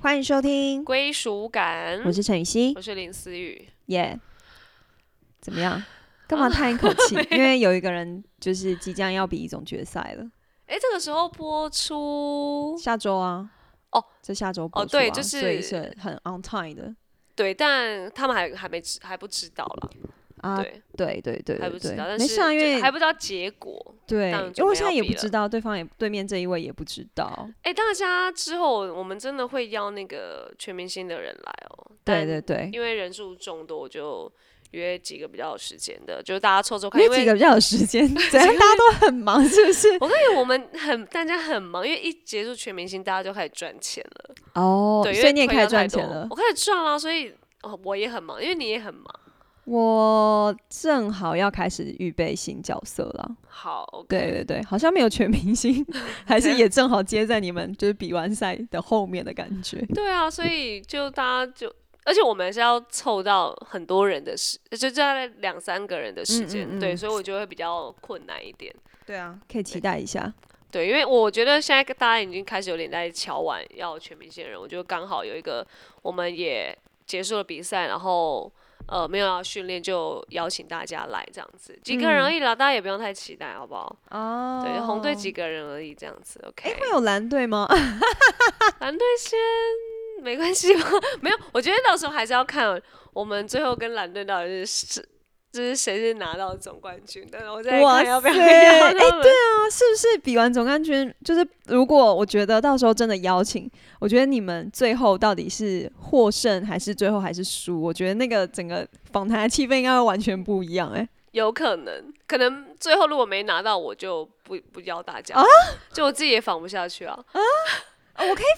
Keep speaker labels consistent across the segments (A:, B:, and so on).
A: 欢迎收听，
B: 归属感。
A: 我是陈雨希
B: 我，是林思雨，
A: 耶、怎么
B: 啊
A: 样？干嘛叹一口 气？因为有一个人就是即将要比总决赛了，
B: 哎，这个时候播出，
A: 下周啊，
B: 哦，
A: 这下周播
B: 哦
A: 出啊
B: 对就是
A: 所以是很 on time 的
B: 对，但他们还还没知还不知道啦，
A: 啊，
B: 对，
A: 对对对
B: 还
A: 对
B: 不知
A: 对，
B: 道，但
A: 没
B: 是
A: 事啊，因
B: 就
A: 为
B: 还不知道结果。
A: 对，
B: 当然
A: 因
B: 就
A: 为我
B: 没
A: 现在
B: 有
A: 也
B: 比
A: 不知
B: 了
A: 道，对方也对面这一位也不知道，
B: 哎，大家之后我们真的会邀那个全明星的人来哦，
A: 对
B: 但
A: 对对，
B: 因为人数众多，我就约几个比较有时间的，就是大家凑凑看，因
A: 有几
B: 为
A: 个比较有时 间，怎样大家都很忙，是不是？
B: 我跟你讲，我们很大家很忙，因为一结束全明星，大家就开始赚钱了，
A: 哦，
B: 对，因
A: 所以
B: 为
A: 你也
B: 推
A: 开始
B: 到太
A: 赚钱
B: 多
A: 了
B: 我。开始赚啦，所以哦我也很忙，因为你也很忙。
A: 我正好要开始预备新角色了。
B: 好，OK，
A: 对对对，好像没有全明 星，还
B: 啊
A: 是也正好接在你们就是比完赛的后面的感 觉。
B: 对啊，所以就大家就，而且我们是要凑到很多人的时，就大概两三个人的时间，
A: 嗯嗯嗯
B: 对，所以我觉得会比较困难一点。
A: 对啊，可以期待一下。
B: 对，因为我觉得现在大家已经开始有点在瞧完要全明星的人，我觉得刚好有一个，我们也结束了比赛，然后呃没有要训练，就邀请大家来这样子，几个人而已啦，大家也不用太期待，好不好？
A: 嗯哦
B: 对，红队几个人而已这样子，OK。
A: 会有蓝队吗？ 啊
B: 蓝队先没关系吧？ 没有，我觉得到时候还是要看我们最后跟蓝队到底是是就是谁是拿到总冠军的，我再
A: 哇
B: 看要不要
A: 塞
B: 邀
A: 哎
B: 他们。
A: 啊，是不是比完总冠军，就是如果我觉得到时候真的邀请，我觉得你们最后到底是获胜还是最后还是输，我觉得那个整个访谈的气氛应该会完全不一样、哎，
B: 有可能，可能最后如果没拿到，我就不不邀大家，
A: 啊
B: 就我自己也仿不下去啊。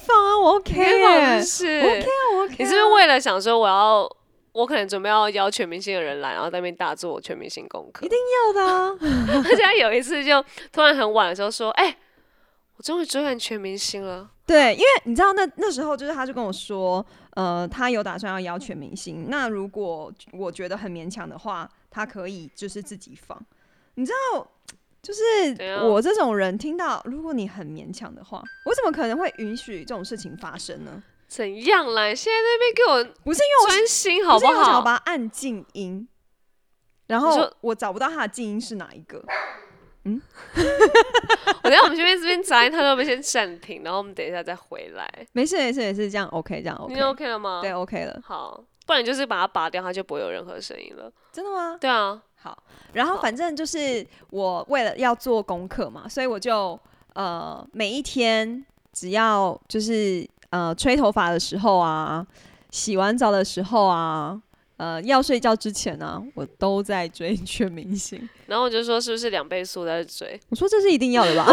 A: 放啊，我 OK，
B: 你
A: 哎
B: 仿不是
A: 我 OK 啊，我 OK 啊、
B: 你是不是为了想说我要，我可能准备要邀全明星的人来，然后在那边大做全明星功课？
A: 一定要的啊？
B: 而且他有一次就突然很晚的时候说：“哎、我终于追完全明星了。
A: 对，因为你知道那那时候就是他就跟我说，呃，他有打算要邀全明星，那如果我觉得很勉强的话，他可以就是自己放，你知道。就是
B: 怎样
A: 我这种人，听到如果你很勉强的话，我怎么可能会允许这种事情发生呢？”
B: 怎样啦？你现在在那边给我
A: 不是因为我
B: 专心好
A: 不
B: 不
A: 是因为我想要
B: 好？
A: 把它按静音，然
B: 你
A: 后
B: 说
A: 我找不到它的静音是哪一个。
B: 我等一下我们这边这边杂音，他都会先暂停，然后我们等一下再回来。
A: 没事没事没事，这样 OK 这样 OK，
B: 你 OK 了吗？
A: 对，OK 了，
B: 好，不然你就是把它拔掉，它就不会有任何声音了。
A: 真的吗？
B: 对啊，
A: 好，然后
B: 好
A: 反正就是我为了要做功课嘛，所以我就呃每一天只要就是呃吹头发的时候啊，洗完澡的时候啊，呃要睡觉之前呢、我都在追全明星。
B: 然后我就说是不是两倍速在 追？
A: 我说这是一定要的 吧？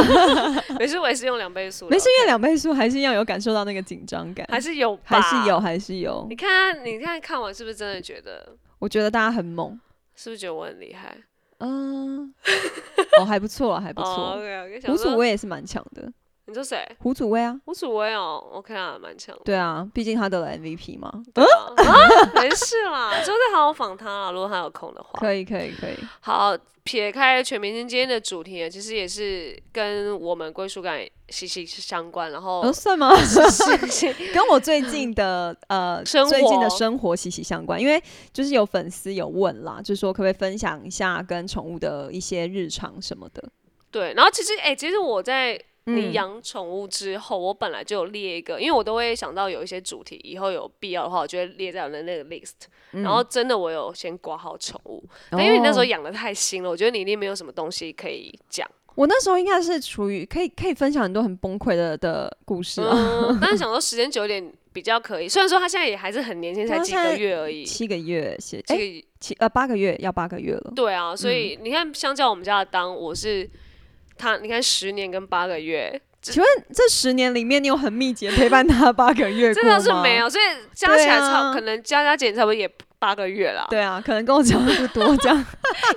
B: 没事，我也是用两倍速啦。啊
A: 没事，因为两倍速还是要有感受到那个紧张感，
B: 还是有，
A: 还是有，。还是有
B: 你。看，你看看完是不是真的觉得？
A: 我觉得大家很猛，
B: 是不是觉得我很厉害？
A: 嗯、哦，还不错啊，还不
B: 哦
A: 错。
B: ，OK，OK，想
A: 胡
B: 说
A: 祖威也是蛮强的，
B: 你说谁？
A: 胡祖威啊，
B: 吴祖威哦，OK 啊，蛮强的。
A: 对啊，毕竟他得了 MVP 嘛。
B: 对啊，啊 没事啦，之后再好好访他啦，如果他有空的话。
A: 可以，可以，可以。
B: 好，撇开全明星今天的主题呢，其实也是跟我们归属感息息相关，然后
A: 哦，算吗？
B: 是是
A: 跟我最近的呃
B: 生活
A: 最近的生活息息相关，因为就是有粉丝有问啦，就说可不可以分享一下跟宠物的一些日常什么的。
B: 对。然后其实，哎、其实我在你
A: 嗯
B: 养宠物之后，我本来就有列一个，因为我都会想到有一些主题，以后有必要的话，我就会列在我的那个 list。然后真的，我有先挂号宠物，但因为你那时候
A: 嗯哦
B: 养的太新了，我觉得你一定没有什么东西可以讲。
A: 我那时候应该是处于可以可以分享很多很崩溃的的故事啊，
B: 嗯， 但是想说时间久一点比较可以。虽然说他现在也还是很年轻，才
A: 他
B: 几
A: 啊现
B: 个
A: 在
B: 月而已。
A: 七个月写，
B: 这
A: 哎、
B: 个
A: 七呃八个月要八个月了。
B: 对啊，所以你看，相较我们家的当，我是他，你看十年跟八个月，
A: 请问这十年里面，你有很密集地陪伴他八个月
B: 真的是
A: 过吗
B: 没。有，所以加起来
A: 对
B: 差、
A: 啊
B: 可能加加减差不多也八个月啦，
A: 对啊，可能跟我差不多这样，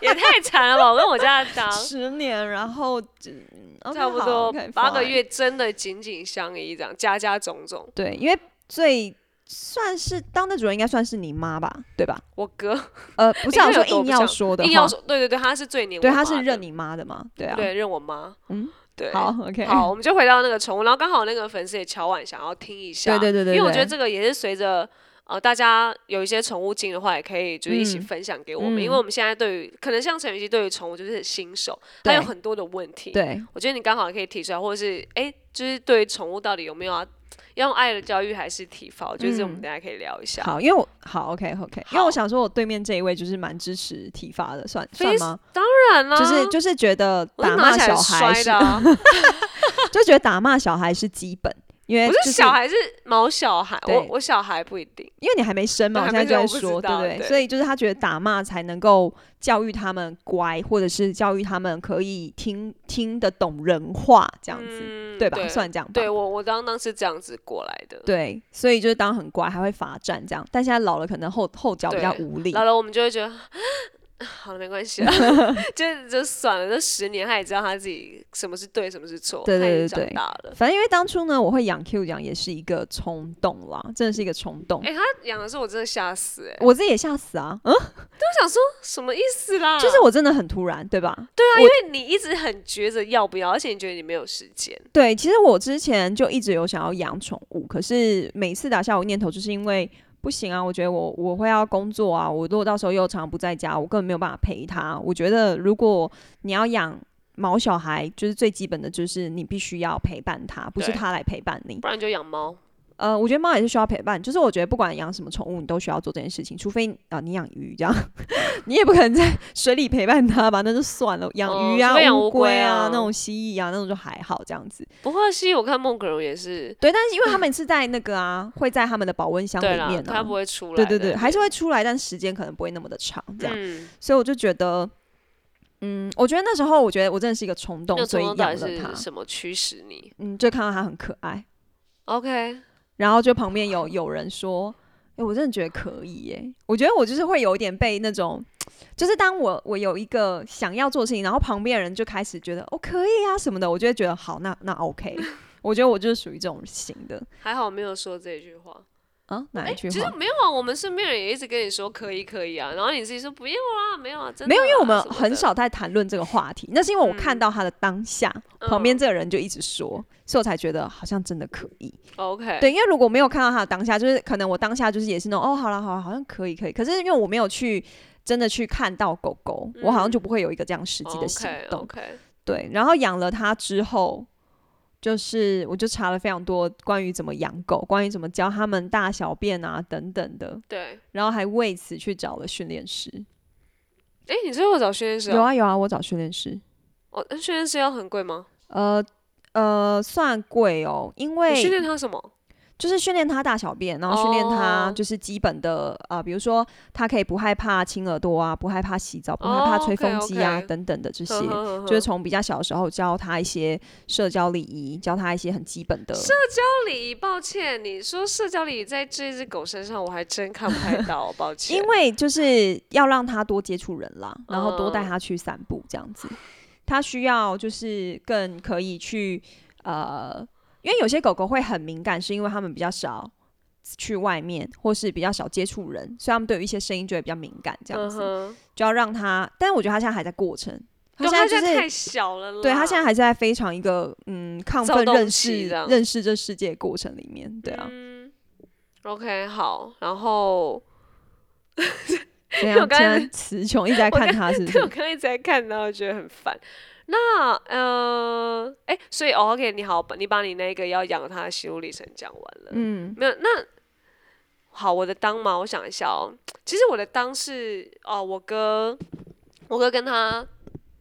B: 也太惨了吧！我跟我家的 当
A: 十年，然后嗯 OK，
B: 差不
A: 好
B: 多
A: ，OK，
B: 八个
A: fine
B: 月，真的紧紧相依，这样加加种种。
A: 对，因为最算是当的主人应该算是你妈吧，对吧？
B: 我哥
A: 呃，不是
B: 应该
A: 啊我说
B: 有多
A: 硬
B: 不
A: 要
B: 像
A: 说的，
B: 硬要，说，对对对，他是最黏我
A: 对，
B: 妈的，
A: 他是认你妈的嘛，对啊，
B: 对认我妈，
A: 嗯
B: 对，
A: 好，OK，
B: 好，我们就回到那个宠物，然后刚好那个粉丝也敲碗想要听一下，
A: 对对对对
B: 因为我觉得
A: 对
B: 这个也是随着呃大家有一些宠物经的话，也可以就是一起
A: 嗯
B: 分享给我们，因
A: 嗯
B: 为我们现在对于可能像陈雨希对于宠物就是新手，他
A: 对
B: 有很多的问题，
A: 对，
B: 我觉得你刚好可以提出来，或者是哎、诶就是对于宠物到底有没有要要用爱的教育还是体罚，我觉得这我们
A: 嗯
B: 等一下可以聊一下，
A: 好，因为我好 OK OK，因为
B: 好
A: 我想说，我对面这一位就是蛮支持体罚的，算
B: 非
A: 算吗？
B: 不然呢、
A: 就是就是觉得
B: 我是
A: 打
B: 拿
A: 骂
B: 起来
A: 小孩
B: 摔
A: 是
B: 的、，啊，
A: 就觉得打骂小孩是基本，因为
B: 不
A: 哎就是
B: 小孩是毛小孩，我
A: 对
B: 我小孩不一定，
A: 因为你还没生嘛，
B: 对
A: 我现
B: 还
A: 在
B: 没
A: 就在
B: 生
A: 说，
B: 我不知
A: 对
B: 道
A: 不对？
B: 对
A: 所以就是他觉得打骂才能够教育他们乖，或者是教育他们可以听听得懂人话这样子，
B: 嗯
A: 对吧？算这样吧。
B: 对我，我当当是这样子过来的。
A: 对所以就是当很乖，还会罚站这样。但现在老了，可能后后脚比较
B: 对
A: 无力
B: 老。了我们就会觉得， 好了，没 关系了，啊就就算了。这十年他也知道他自己什么是对，什么是错，
A: 对对对
B: 他已经
A: 对
B: 长大了。
A: 反正因为当初呢，我会养 Q 养也是一个冲动啦，真的是一个冲动。
B: 哎、他养的时候我真的吓死哎、
A: 我自己也吓死啊！嗯，
B: 我想说什么意思啦？
A: 就是我真的很突然，对吧？
B: 因为你一直很觉着要不要，而且你觉得你没有时间，
A: 对，其实我之前就一直有想要养宠物，可是每次打消我念头，就是因为不行啊，我觉得我我会要工作啊，我如果到时候又常不在家，我根本没有办法陪它。我觉得如果你要养毛小孩，就是最基本的就是你必须要陪伴它，不是
B: 对
A: 它来陪伴你
B: 不。然就养猫。
A: 呃，我觉得猫也是需要陪伴，就是我觉得不管养什么宠物，你都需要做这件事情，除非啊、你养鱼这样， 你也不可能在 水里陪伴它吧，那就算了。养
B: 哦
A: 鱼啊、
B: 除非养乌
A: 乌
B: 龟
A: 龟啊
B: 啊、
A: 那种蜥蜴啊、那种就还好这样子。
B: 不过西，我看孟可荣也是，
A: 对，但是因为他们是在那个 啊，会在他们的保温箱里
B: 嗯对啦，
A: 面
B: 他不
A: 啊，
B: 会出来
A: 对
B: 的。
A: 对对，还是会出来，但时间可能不会那么的长，这样，
B: 嗯，
A: 所以我就觉得，嗯，我觉得那时候我觉得我真的是一个冲动
B: 那，
A: 所
B: 从
A: 以
B: 头到
A: 养
B: 底
A: 了它
B: 是，什么驱使你
A: 嗯，就看到它很可爱，
B: ？OK，
A: 然后就旁边有有人说，哎、我真的觉得可以耶、我觉得我就是会有一点被那种。就是当我我有一个想要做的事情，然后旁边的人就开始觉得哦可以啊什么的，我就会觉得好那那 OK，我 觉得我就是属于这种型的
B: 还好没有说这句话。
A: 啊哪一句话？
B: 其实没有啊，我们身边人也一直跟你说可以可以啊，然后你自己说不要啦，没有啊，真
A: 没
B: 的
A: 有，因为我
B: 啊
A: 们
B: 什么
A: 很
B: 的
A: 少在谈论这个话题。那是因为我看到他的当下，
B: 嗯
A: 旁边这个人就一直说，所以我才觉得好像真的可以。
B: 哦 OK，
A: 对，因为如果没有看到他的当下，就是可能我当下就是也是那种哦，好了好了，好像可以可以。可是因为我没有去真的去看到狗狗，
B: 嗯
A: 我好像就不会有一个这样实际的行动。
B: 哦 OK，, o k
A: 对，然后养了它之后，就是我就查了非常多关于怎么养狗，关于怎么教他们大小便啊等等的，
B: 对，
A: 然后还为此去找了训练师。
B: 哎、你最后找训练师、
A: 有
B: 啊？
A: 啊有啊，我找训练师。
B: 哦，那训练师要很贵吗？
A: 呃呃，算贵哦，因
B: 你训
A: 为
B: 练他什么？
A: 就是训练它大小便，然后训练它
B: 哦
A: 就是基本的啊、呃比如说它可以不害怕亲耳朵啊，不害怕洗澡，不害
B: 哦
A: 怕吹
B: ，OK，
A: 风机啊
B: OK
A: 等等的这些，
B: 呵呵呵呵
A: 就是从比较小的时候教它一些社交礼仪，教它一些很基本的。
B: 社交礼仪，抱歉，你说社交礼仪在这只狗身上，我还真看不太到，抱歉。
A: 因为就是要让它多接触人啦，然后多带
B: 嗯
A: 它去散步这样子，它需要就是更可以去呃，因为有些狗狗会很敏感，是因为它们比较少去外面，或是比较少接触人，所以它们对于一些声音就会比较敏感，这样
B: 嗯
A: 子、
B: 哼，
A: 就要让它。但是我觉得它现在还在过程，它
B: 就
A: 现
B: 它
A: 在就
B: 现在
A: 是
B: 太小了啦。啊
A: 对它现在还是在非常一个嗯亢
B: 躁
A: 奋
B: 动
A: 认
B: 期
A: 识
B: 这样
A: 认识这世界的过程里面，对啊，
B: 嗯 OK，好，然后
A: 这
B: 我
A: 样
B: 刚
A: 现
B: 才
A: 在词穷一直在
B: 我
A: 看它是不
B: 对，
A: 是？
B: 我刚刚一直在看，然后觉得很烦。那呃，哎、所以、哦、OK，你好，你把你那个要养它的心路历程讲完了。
A: 嗯，
B: 没有，那好，我的当嘛，我想一下哦。其实我的当是哦，我哥，我哥跟他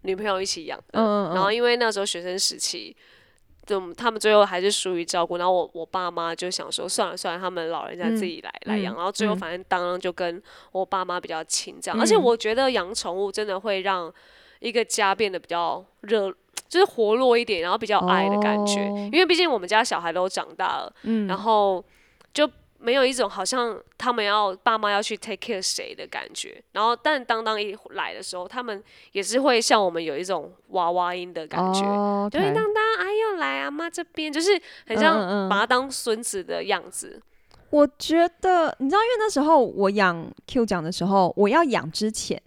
B: 女朋友一起养的，
A: 嗯嗯嗯
B: 然后因为那时候学生时期。就他们最后还是疏于照顾，然后我我爸妈就想说算了算了，他们老人家自己来、来养，
A: 嗯
B: 然后最后
A: 嗯
B: 反正当然就跟我爸妈比较亲这样，
A: 嗯
B: 而且我觉得养宠物真的会让一个家变得比较热，就是活络一点，然后比较有爱的感觉，
A: 哦
B: 因为毕竟我们家小孩都长大了，
A: 嗯
B: 然后就没有一种好像他们要爸妈要去 take care 谁的感觉。然后，但当当一来的时候，他们也是会像我们有一种娃娃音的感觉，
A: 哦
B: 就是
A: OK
B: 当当哎要来阿妈这边，就是很
A: 嗯
B: 像
A: 嗯嗯
B: 把他当孙子的样子。
A: 我觉得，你知道，因为那时候我养 Q 奖的时候，我要养之前，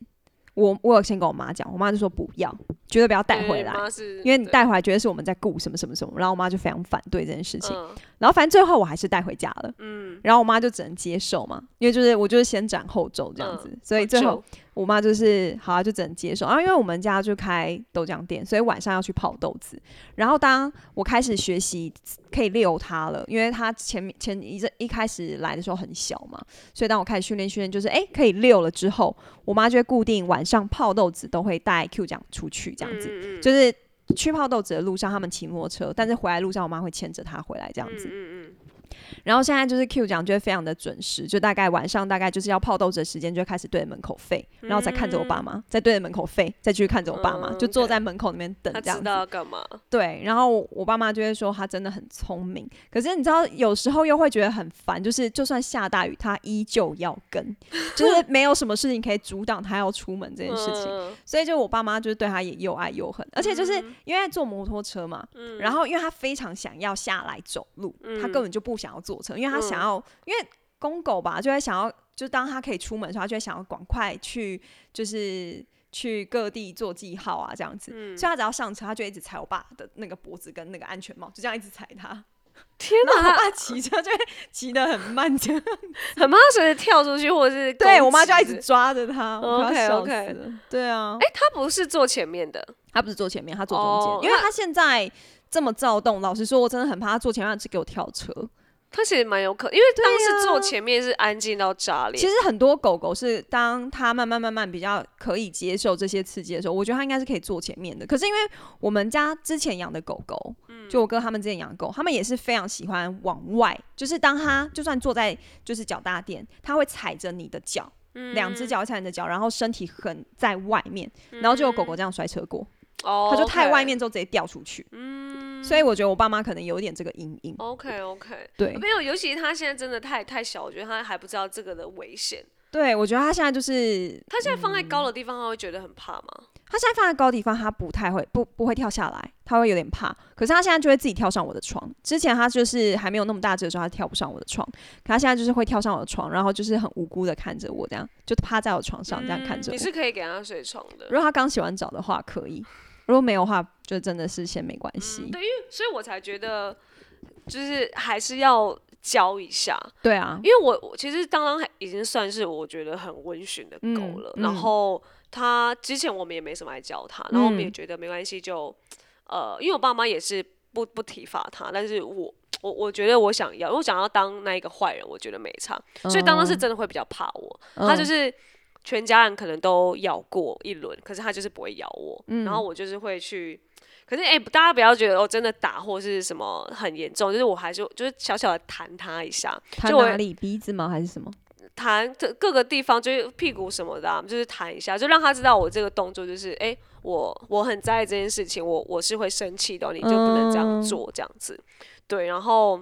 A: 我我有先跟我妈讲，我妈就说不要，绝对不要带
B: 对
A: 回
B: 你
A: 来，
B: 妈是
A: 因为你
B: 对
A: 带回来觉得是我们在雇什么什么什么，然后我妈就非常反对这件事情。
B: 嗯
A: 然后反正最后我还是带回家了，
B: 嗯，
A: 然后我妈就只能接受嘛，因为就是我就是先斩后奏这样
B: 嗯
A: 子，所以
B: 好
A: 最后
B: 久
A: 我妈就是好、啊，就只能接受。然、后因为我们家就开豆浆店，所以晚上要去泡豆子。然后当我开始学习可以溜它了，因为它前面前一阵一开始来的时候很小嘛，所以当我开始训练训练，就是诶可以溜了之后，我妈就会固定晚上泡豆子都会带 Q 奖出去这样子，
B: 嗯嗯嗯
A: 就是去泡豆子的路上他们骑摩托车，但是回来路上我妈会牵着他回来这样子。
B: 嗯嗯
A: 然后现在就是 Q 奖就会非常的准时，就大概晚上大概就是要泡豆子的时间就会开始对着门口吠，然后再看着我爸妈，再对着门口吠，再继续看着我爸妈，
B: 嗯
A: 就坐
B: OK
A: 在门口那边等
B: 嗯，他
A: 这样
B: 知
A: 子。
B: 道要干嘛，
A: 对，然后我爸妈就会说他真的很聪明，可是你知道有时候又会觉得很烦，就是就算下大雨，他依旧要跟， 就是没有什么事情可以阻挡他要出门这件事情。
B: 嗯
A: 所以就我爸妈就是对他也又爱又恨，而且就是因为坐摩托车嘛，然后因为他非常想要下来走路，他根本就不想要坐车，因为他想要，因为公狗吧就会想要，就当他可以出门的时候，他就会想要赶快去，就是去各地做记号啊这样子，所以他只要上车，他就一直踩我爸的那个脖子跟那个安全帽，就这样一直踩他，
B: 天
A: 然后我
B: 哪，
A: 爸骑车就会骑得很慢这样。
B: 很怕他随时跳出去或者是
A: 对
B: 攻
A: 我妈就要一
B: 击
A: 直抓着他，我快要笑死
B: OK，OK
A: 了。对啊，
B: 他不是坐前面的，
A: 他不是坐前面，他坐中间，
B: 哦
A: 因为他现在这么躁动，老实说，我真的很怕他坐前面是给我跳车。
B: 他其实蛮有可，因为当
A: 对啊
B: 时坐前面是安静到炸裂
A: 其，实很多狗狗是当它慢慢慢慢比较可以接受这些刺激的时候，我觉得它应该是可以坐前面的。可是因为我们家之前养的狗狗，就我哥他们之前养的狗，他们也是非常喜欢往外，就是当它就算坐在就是脚踏垫，它会踩着你的脚，两只脚会踩你的脚，然后身体很在外面，然后就有狗狗这样摔车过，
B: 哦
A: 它就太外
B: OK
A: 面之后直接掉出
B: 哦
A: 去。
B: 嗯
A: 所以我觉得我爸妈可能有一点这个阴影。
B: OK OK，
A: 对
B: 没有，尤其他现在真的太太小，我觉得他还不知道这个的危险。
A: 对，我觉得他现在就是
B: 他现在放在
A: 嗯
B: 高的地方，他会觉得很怕吗？
A: 他现在放在高地方，他不太会不不会跳下来，他会有点怕。可是他现在就会自己跳上我的床。之前他就是还没有那么大只的时候，他跳不上我的床。可他现在就是会跳上我的床，然后就是很无辜的看着我，这样就趴在我床上这样看着
B: 嗯
A: 我
B: 你。是可以给他睡床的
A: 如。果他刚洗完澡的话，可以；如果没有的话，就真的是先没关系。
B: 嗯对，因为所以我才觉得，就是还是要教一下，
A: 对啊，
B: 因为我我其实当当还已经算是我觉得很温驯的狗了，
A: 嗯嗯
B: 然后他之前我们也没什么来教他，然后我们也
A: 嗯
B: 觉得没关系就，呃，因为我爸妈也是不不体罚他，但是我我我觉得我想要，我想要当那一个坏人，我觉得没差，所以当当是真的会比较怕我，他就
A: 嗯
B: 是。全家人可能都咬过一轮，可是他就是不会咬我，然后我就是会去。可是哎、大家不要觉得哦，真的打或是什么很严重，就是我还是就是小小的弹他一下，
A: 他
B: 就我
A: 嗯哪里鼻子吗？还是什么？
B: 弹这各个地方，就是屁股什么的、啊，就是弹一下，就让他知道我这个动作就是，哎、我我很在意这件事情，我我是会生气的，你就不能这样
A: 嗯
B: 做，这样子。对，然后。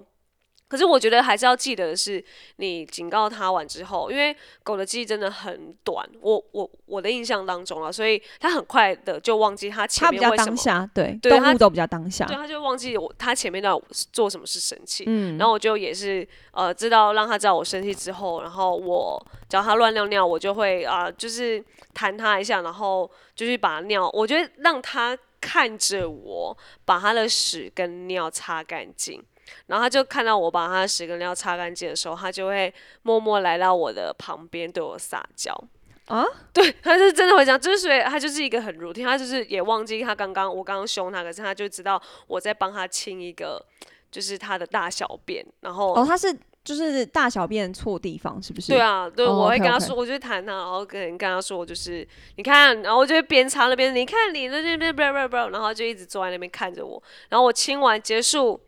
B: 可是我觉得还是要记得的是，你警告他完之后，因为狗的记忆真的很短，我我我的印象当中啊，所以它很快的就忘记它前
A: 他比
B: 面
A: 较
B: 为什
A: 当
B: 么，
A: 下，对，
B: 对
A: 动物
B: 他
A: 都比较当下
B: 对，。啊它就忘记我它前面到底做什么是生气，
A: 嗯，
B: 然后我就也是呃，知道让他知道我生气之后，然后我只要他乱尿尿，我就会啊、就是弹他一下，然后就是把尿，我觉得让他看着我把他的屎跟尿擦干净。然后他就看到我把他的屎跟尿擦干净的时候，他就会默默来到我的旁边对我撒娇。
A: 啊，
B: 对，他是真的会这样，就是所以他就是一个很 routine，他就是也忘记他刚刚我刚刚凶他，可是他就知道我在帮他清一个，就是他的大小便，然后、
A: 哦，他是就是大小便错地方，是不是？
B: 对啊，对，
A: 哦
B: 我会
A: OK，
B: 跟他
A: OK
B: 说，我就会弹他，然后跟跟他说，我就是你看，然后我就会边擦那边，你看你那那边不不不，然后他就一直坐在那边看着我，然后我清完结束，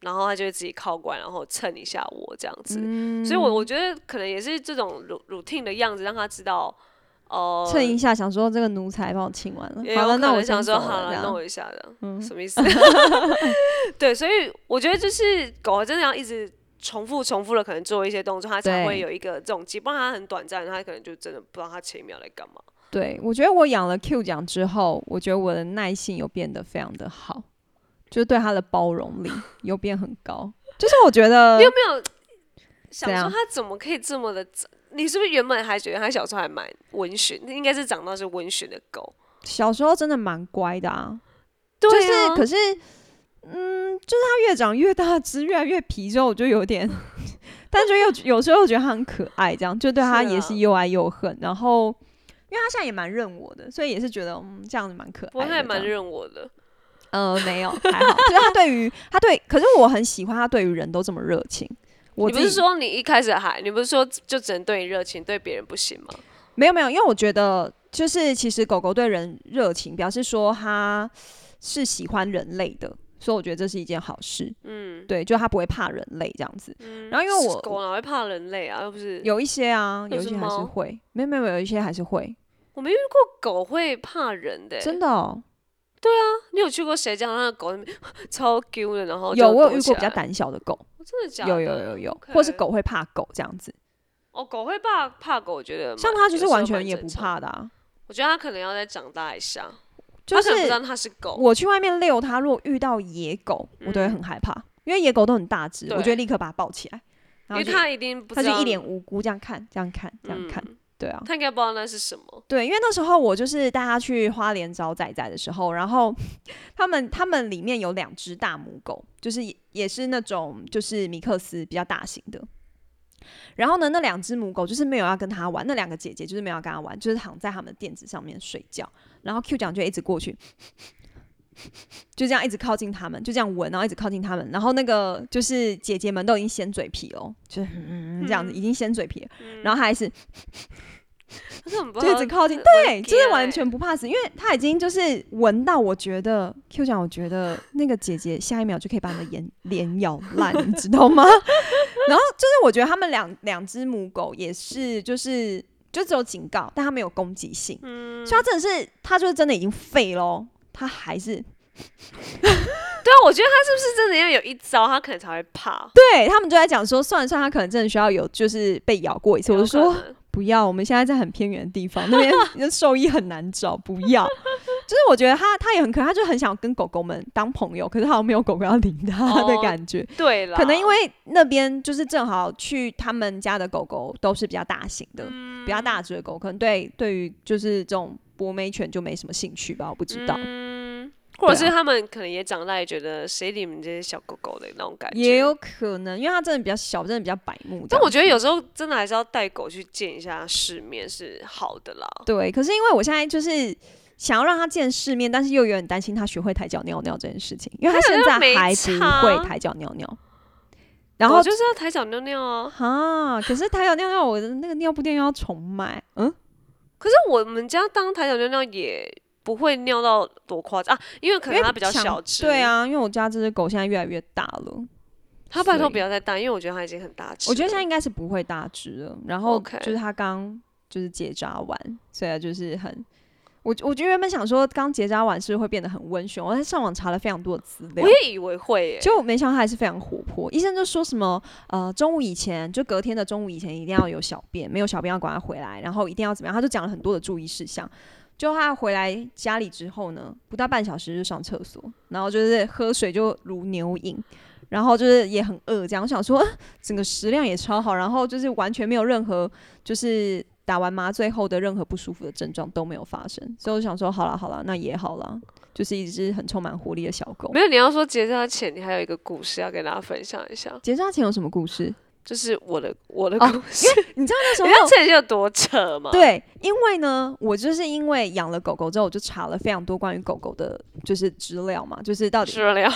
B: 然后他就会自己靠过来，然后蹭一下我这样子，
A: 嗯
B: 所以我我觉得可能也是这种 ru- routine 的样子，让他知道，哦、
A: 蹭一下，想说这个奴才帮我清完了
B: 也，
A: 好
B: 有
A: 了，
B: 哎可
A: 那
B: 能
A: 我先
B: 想说
A: 走了
B: 好
A: 这
B: 了，弄
A: 样嗯
B: 我一下的，什么意思？ 对，所以我觉得就是狗真的要一直重复、重复的，可能做一些动作，它才
A: 对
B: 会有一个这种记忆，不然它很短暂，它可能就真的不知道它前一秒在干嘛。
A: 对，我觉得我养了 Q 奖之后，我觉得我的耐性有变得非常的好，就是对它的包容力有变很高。就是我觉得
B: 你有没有想
A: 怎样
B: 说它怎么可以这么的？你是不是原本还觉得它小时候还蛮温驯？应该是长大是温驯的狗，
A: 小时候真的蛮乖的啊，
B: 对
A: 就
B: 啊
A: 是可是，嗯，就是他越长越大，只是越来越皮之后，我就有点， 但就又有时候又觉得他很可爱，这样就对他
B: 是
A: 也
B: 啊
A: 是又爱又恨。然后，因为他现在也蛮认我的，所以也是觉得嗯这样子蛮可爱的
B: 不过
A: 这
B: 他也
A: 样。
B: 蛮认我的，
A: 呃，没有，还好，就是他对于他对，可是我很喜欢他对于人都这么热情。我
B: 你不
A: 自
B: 是
A: 己
B: 说你一开始还，你不是说就只能对你热情，对别人不行吗？
A: 没有没有，因为我觉得就是其实狗狗对人热情，表示说它是喜欢人类的，所以我觉得这是一件好事。
B: 嗯，
A: 对，就它不会怕人类这样子。然后因为我
B: 狗哪会怕人类啊？又不是
A: 有一些啊，
B: 那
A: 有一
B: 是
A: 些还是
B: 猫
A: 会，没有没有没有，有一些还是会，
B: 我没遇过狗会怕人的欸、
A: 真的哦。
B: 你有去过谁家那个狗在那边 超 Q 的，然后就
A: 有我有
B: 躲
A: 遇
B: 起
A: 过比较
B: 来，哦
A: 胆小的狗，
B: 真的假
A: 有
B: 的？
A: 有有有，或是
B: OK
A: 狗会怕狗这样子，
B: 哦，狗会怕怕狗，我觉得
A: 像
B: 蛮
A: 它就是
B: 有时候
A: 完全
B: 蛮
A: 也
B: 正
A: 不
B: 常
A: 怕的啊。
B: 我觉得它可能要再长大一下，
A: 就
B: 它可能不知
A: 是
B: 道它是狗，
A: 我去外面遛它，如果遇到野狗，我都会
B: 嗯
A: 很害怕，因为野狗都很大只，我就
B: 对
A: 会立刻把它抱起来，
B: 因
A: 然后
B: 为
A: 就
B: 它一定不
A: 他
B: 知
A: 就
B: 道
A: 一脸无辜这样看，这样看，这样看，
B: 嗯
A: 对啊，
B: 他应该不知道那是什么。
A: 对，因为那时候我就是带他去花莲找仔仔的时候，然后 他们他们里面有两只大母狗，就是也也是那种就是米克斯比较大型的。然后呢，那两只母狗就是没有要跟他玩，那两个姐姐就是没有要跟他玩，就是躺在他们的垫子上面睡觉。然后 Q 奖就一直过去， 就这样一直靠近他们，就这样闻，然后一直靠近他们。然后那个就是姐姐们都已经掀嘴皮了，就是、 嗯、这样子，已经掀嘴皮了。
B: 嗯
A: 然后他还是
B: 他根本不知
A: 就一
B: 道
A: 直靠近，对，就是完全不怕死，因为他已经就是闻到，我觉得 Q 讲，我觉得那个姐姐下一秒就可以把你的眼脸咬烂，你知道吗？ 然后就是我觉得他们两两只母狗也是，就是就只有警告，但它没有攻击性，
B: 嗯
A: 所以它真的是，它就是真的已经废喽，它还是
B: 对啊，我觉得他是不是真的要有一招，他可能才会怕？
A: 对他们就在讲说，算了算了，它可能真的需要有就是被咬过一次，我就说
B: 有可能
A: 不要，我们现在在很偏远的地方，那边 那兽医很难找，不要。就是我觉得他他也很可爱，他就很想跟狗狗们当朋友，可是好像没有狗狗要理他的
B: 哦
A: 感觉。
B: 对啦，
A: 可能因为那边就是正好去他们家的狗狗都是比较大型的，
B: 嗯
A: 比较大只的狗，可能对对于就是这种博美犬就没什么兴趣吧，我不知道。
B: 嗯，或者
A: 对
B: 是
A: 啊
B: 他们可能也长大，也觉得谁理你们这些小狗狗的那种感觉。
A: 也有可能，因为它真的比较小，真的比较白目这样子。
B: 但我觉得有时候真的还是要带狗去见一下世面是好的啦。
A: 对，可是因为我现在就是想要让他见世面，但是又有点担心他学会抬脚尿尿这件事情，因为他
B: 他
A: 现
B: 好像
A: 在
B: 没
A: 还
B: 差
A: 不会抬脚尿尿。然后
B: 狗就是要抬脚尿尿啊。
A: 哈，可是抬脚尿尿，我的那个尿布垫要重买，嗯，
B: 可是我们家当抬脚尿尿也不会尿到多夸张啊，因为可
A: 因
B: 能
A: 为
B: 它比较
A: 想
B: 小只。
A: 对，啊，因为我家这只狗现在越来越大了，
B: 它拜
A: 所
B: 托
A: 以
B: 不要再大，因为我觉得它已经很大只了。
A: 我觉得现在应该是不会大只了。然后
B: OK
A: 就是它刚就是结扎完，所以就是很。我我就原本想说，刚结扎完是不是会变得很温驯？我在上网查了非常多的资料，
B: 我也以为会耶、
A: 就没想到他还是非常活泼。医生就说什么，呃，中午以前就隔天的中午以前一定要有小便，没有小便要赶快回来，然后一定要怎么样，他就讲了很多的注意事项。就他回来家里之后呢，不到半小时就上厕所，然后就是喝水就如牛饮，然后就是也很饿，这样我想说、啊 整个食量也超好，然后就是完全没有任何就是打完麻醉后的任何不舒服的症状都没有发生，所以我就想说好了好了，那也好了，就是一只很充满活力的小狗
B: 没。有，你要说结扎前，你还有一个故事要跟大家分享一下，
A: 结扎前有什么故 事？
B: 就是我的我的
A: 哦
B: 故事。
A: 你知道那时
B: 你知道
A: 候
B: 这有多扯吗？，
A: 对，因为呢，我就是因为养了狗狗之后，我就查了非常多关于狗狗的，就是资料嘛，就是到底
B: 治疗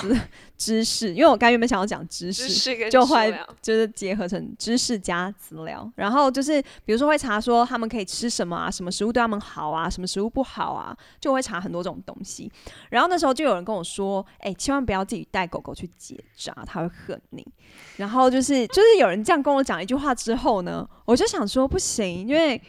A: 知识，因为我刚原本想要讲知
B: 知
A: 识。
B: 识跟
A: 就
B: 治
A: 会
B: 疗
A: 就是结合成知识加资料，然后就是比如说会查说他们可以吃什么啊，什么食物对他们好啊，什么食物不好啊，就会查很多种东西。然后那时候就有人跟我说，哎、千万不要自己带狗狗去结扎，它会恨你。然后就是就是有人这样跟我讲一句话之后呢，我就想说不行，因为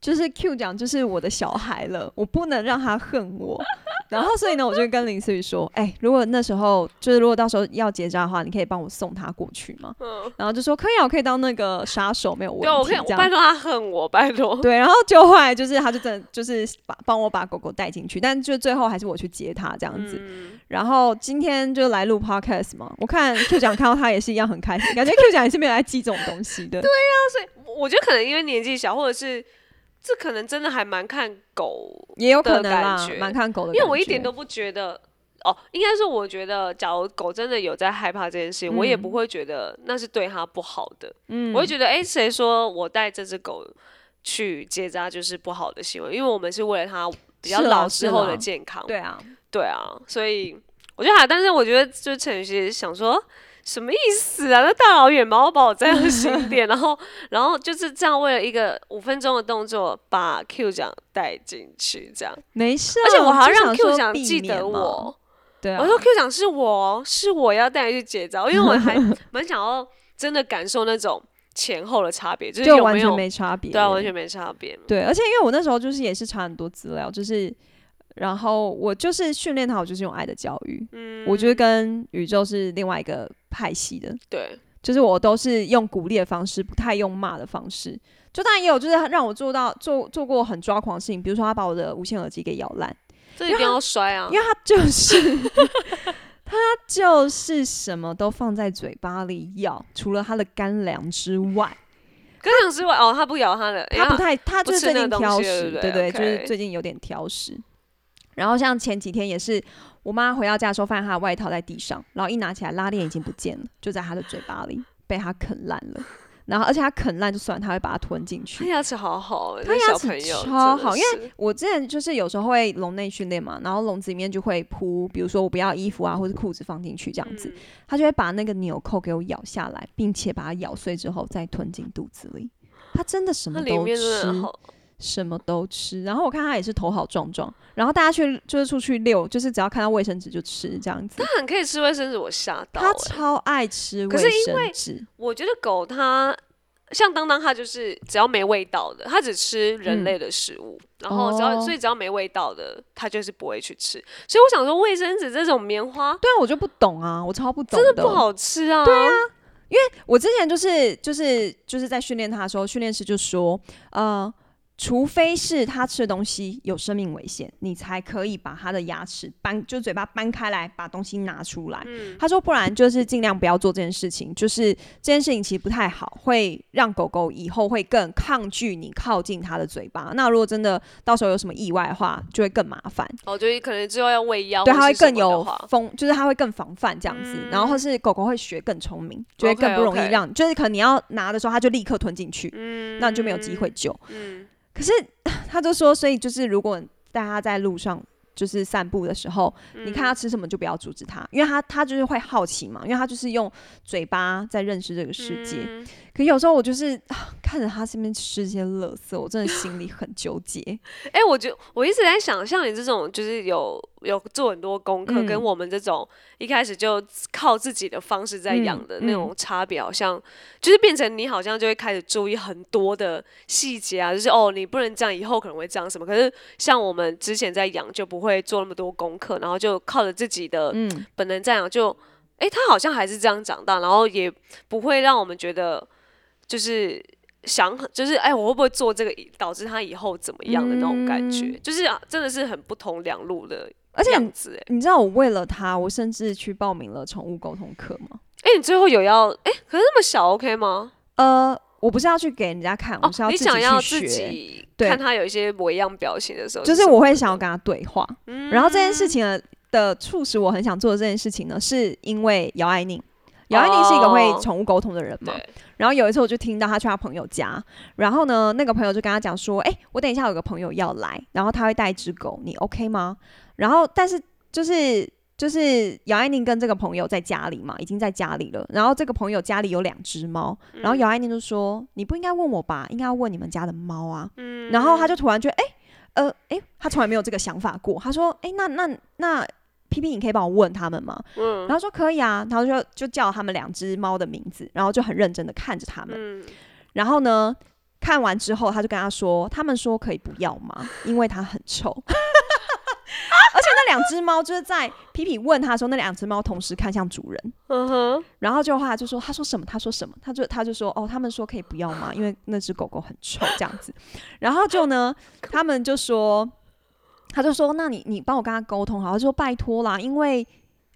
A: 就是 Q 讲就是我的小孩了，我不能让他恨我。然后所以呢，我就跟林思雨说，哎、如果那时候就是如果到时候要结扎的话，你可以帮我送他过去吗？然后就说可以啊，我可以当那个杀手没有问题。
B: 嗯对，啊我可以，我
A: 这样
B: 拜托他恨我，拜托。
A: 对，然后就后来就是，他就真的就是把帮我把狗狗带进去，但就最后还是我去接他这样子。
B: 嗯
A: 然后今天就来录 podcast 嘛，我看 Q 奖看到他也是一样很开心，感觉 Q 奖也是没有来记这种东西的。对，
B: 我觉得可能因为年纪小，或者是这可能真的还蛮看狗，
A: 也有可
B: 的
A: 能
B: 感
A: 啦
B: 觉，
A: 蛮看狗的感
B: 因
A: 觉，
B: 为我一点都不觉得。哦，应该是我觉得，假如狗真的有在害怕这件事情，我也
A: 嗯
B: 不会觉得那是对它不好的。我会觉得，哎、谁说我带这只狗去结扎就是不好的行为？因为我们是为了它比较
A: 是啦
B: 老
A: 是
B: 之后
A: 啦
B: 的健康。
A: 对啊，
B: 对啊，所以我觉得还，但是我觉得就是陈宇希想说什么意思啊？那大老远把我把我摘 到心点，然后然后就是这样为了一个五分钟的动作把 Q 奖带进去，这样，
A: 没事、啊，
B: 而且我还要
A: 就
B: 让
A: 想
B: Q
A: 说
B: 奖
A: 避
B: 记得
A: 免嘛
B: 我，
A: 对啊，
B: 我说 Q 奖是我哦，是我要带你去结扎，因为我 还蛮想要真的感受那种前后的差别，就是
A: 就
B: 有
A: 完
B: 没
A: 全
B: 有
A: 没差别，
B: 对啊，完全没差别。
A: 对，而且因为我那时候就是也是查很多资料，就是然后我就是训练它，我就是用爱的教育，嗯，我觉得跟宇宙是另外一个派系的，
B: 对，
A: 就是我都是用鼓励的方式，不太用骂的方式。就当然也有，就是让我做到做做过很抓狂的事情，比如说他把我的无线耳机给咬烂，
B: 这一定要摔啊！
A: 因为他就是 他就是什么都放在嘴巴里咬，除了他的干粮之外，
B: 可想之外哦，他不咬他的，因为
A: 他不太，他
B: 不
A: 就是
B: 吃
A: 最
B: 那
A: 近
B: 个东
A: 挑
B: 西了
A: 食，
B: 对不
A: 对
B: 对
A: 就
B: OK
A: 是最近有点挑食。然后像前几天也是，我妈回到家的时候发现她的外套在地上，然后一拿起来拉链已经不见了，就在她的嘴巴里被她啃烂了。然后而且她啃烂就算，她会把它吞进
B: 他
A: 去。
B: 牙齿好好欸，
A: 他
B: 那
A: 牙
B: 小
A: 齿
B: 朋友
A: 超
B: 真的
A: 好因
B: 是
A: 我之前就是有时候会笼内训练嘛，然后笼子里面就会铺，比如说我不要衣服啊，或者裤子放进去这样子，
B: 嗯
A: 她就会把那个纽扣给我咬下来，并且把它咬碎之后再吞进肚子里。她真的什
B: 它
A: 么
B: 里
A: 都
B: 面真的
A: 吃，
B: 好，
A: 什么都吃。然后我看他也是头好壮壮，然后大家去就是出去遛，就是只要看到卫生纸就吃这样子。
B: 它很可以吃卫生纸，我吓到、
A: 他
B: 欸。
A: 超爱吃卫
B: 可是因
A: 生
B: 为
A: 纸，
B: 我觉得狗它像当当，它就是只要没味道的，它只吃人类的食物，然后只要、
A: 哦
B: 所以只要没味道的，它就是不会去吃。所以我想说，卫生纸这种棉花
A: 对啊，我就不懂啊，我超不懂
B: 真的不好吃啊。对啊，
A: 我之前就是就是就是在训练他的时候，训练师就说，呃，除非是他吃的东西有生命危险，你才可以把他的牙齿搬，就嘴巴搬开来，把东西拿出来。他说，不然就是尽量不要做这件事情，就是这件事情其实不太好，会让狗狗以后会更抗拒你靠近它的嘴巴。那如果真的到时候有什么意外的话，就会更麻烦。
B: 哦，就是可能之后要喂药，
A: 对，
B: 或
A: 它会
B: 是什
A: 更
B: 么的
A: 有
B: 话
A: 风，就是它会更防范这样子，然后或是狗狗会学更聪明，就会
B: OK，
A: 更不容易
B: OK
A: 让就是可能你要拿的时候，它就立刻吞进去，那你就没有机会救。可是他就说，所以就是如果带它在路上。就是散步的时候，你看它吃什么就不要阻止它，因为它它就是会好奇嘛，因为它就是用嘴巴在认识这个世
B: 嗯
A: 界。可有时候我就是、啊看着它身边吃这些垃圾，我真的心里很纠结。
B: 哎、我觉我一直在想，像你这种就是有有做很多功课，
A: 嗯
B: 跟我们这种一开始就靠自己的方式在养
A: 嗯
B: 的那种差别，好像、就是变成你好像就会开始注意很多的细节啊，就是哦，你不能这样，以后可能会这样什么。可是像我们之前在养，就不会做那么多功课，然后就靠着自己的
A: 嗯，
B: 本能在养，就哎、他好像还是这样长大，然后也不会让我们觉得就是想就是哎、我会不会做这个导致他以后怎么样的那种感觉，就是、啊、真的是很不同两路的
A: 嗯而且
B: 样子哎、
A: 你知道我为了他，我甚至去报名了宠物沟通课吗？
B: 哎、你最后有要哎、可是那么小 OK 吗？
A: 呃，我不是要去给人家看，
B: 哦
A: 我是，要
B: 你
A: 自
B: 想要
A: 己
B: 自
A: 去学。
B: 己
A: 对
B: 看他有一些模样表情的时候，
A: 就是我会想要跟他对话，
B: 嗯，
A: 然后这件事情呢的促使我很想做的这件事情呢，是因为姚爱宁，姚爱宁是一个会
B: 哦
A: 宠物沟通的人嘛，
B: 对，
A: 然后有一次我就听到他去他朋友家，然后呢，那个朋友就跟他讲说：“哎、我等一下有个朋友要来，然后他会带一只狗，你 OK 吗？”然后但是就是就是姚爱宁跟这个朋友在家里嘛，已经在家里了。然后这个朋友家里有两只猫，然后姚爱宁就说：“你不应该问我吧，应该要问你们家的猫啊。”然后他就突然觉得：“哎、呃，哎、他从来没有这个想法过。”他说：“哎、那那那。”皮皮，你可以帮我问他们吗？然后说可以啊，然后就就叫他们两只猫的名字，然后就很认真的看着他们，
B: 嗯，
A: 然后呢，看完之后，他就跟他说，他们说可以不要吗？因为它很臭。而且那两只猫就是在皮皮问他的时候，那两只猫同时看向主人，
B: 嗯哼，
A: 然后就话就说他说什么，他说什么，他就他就说哦，他们说可以不要吗？因为那只狗狗很臭这样子。然后就呢，他们就说，他就说那你你帮我跟他沟通好，他就说拜托啦，因为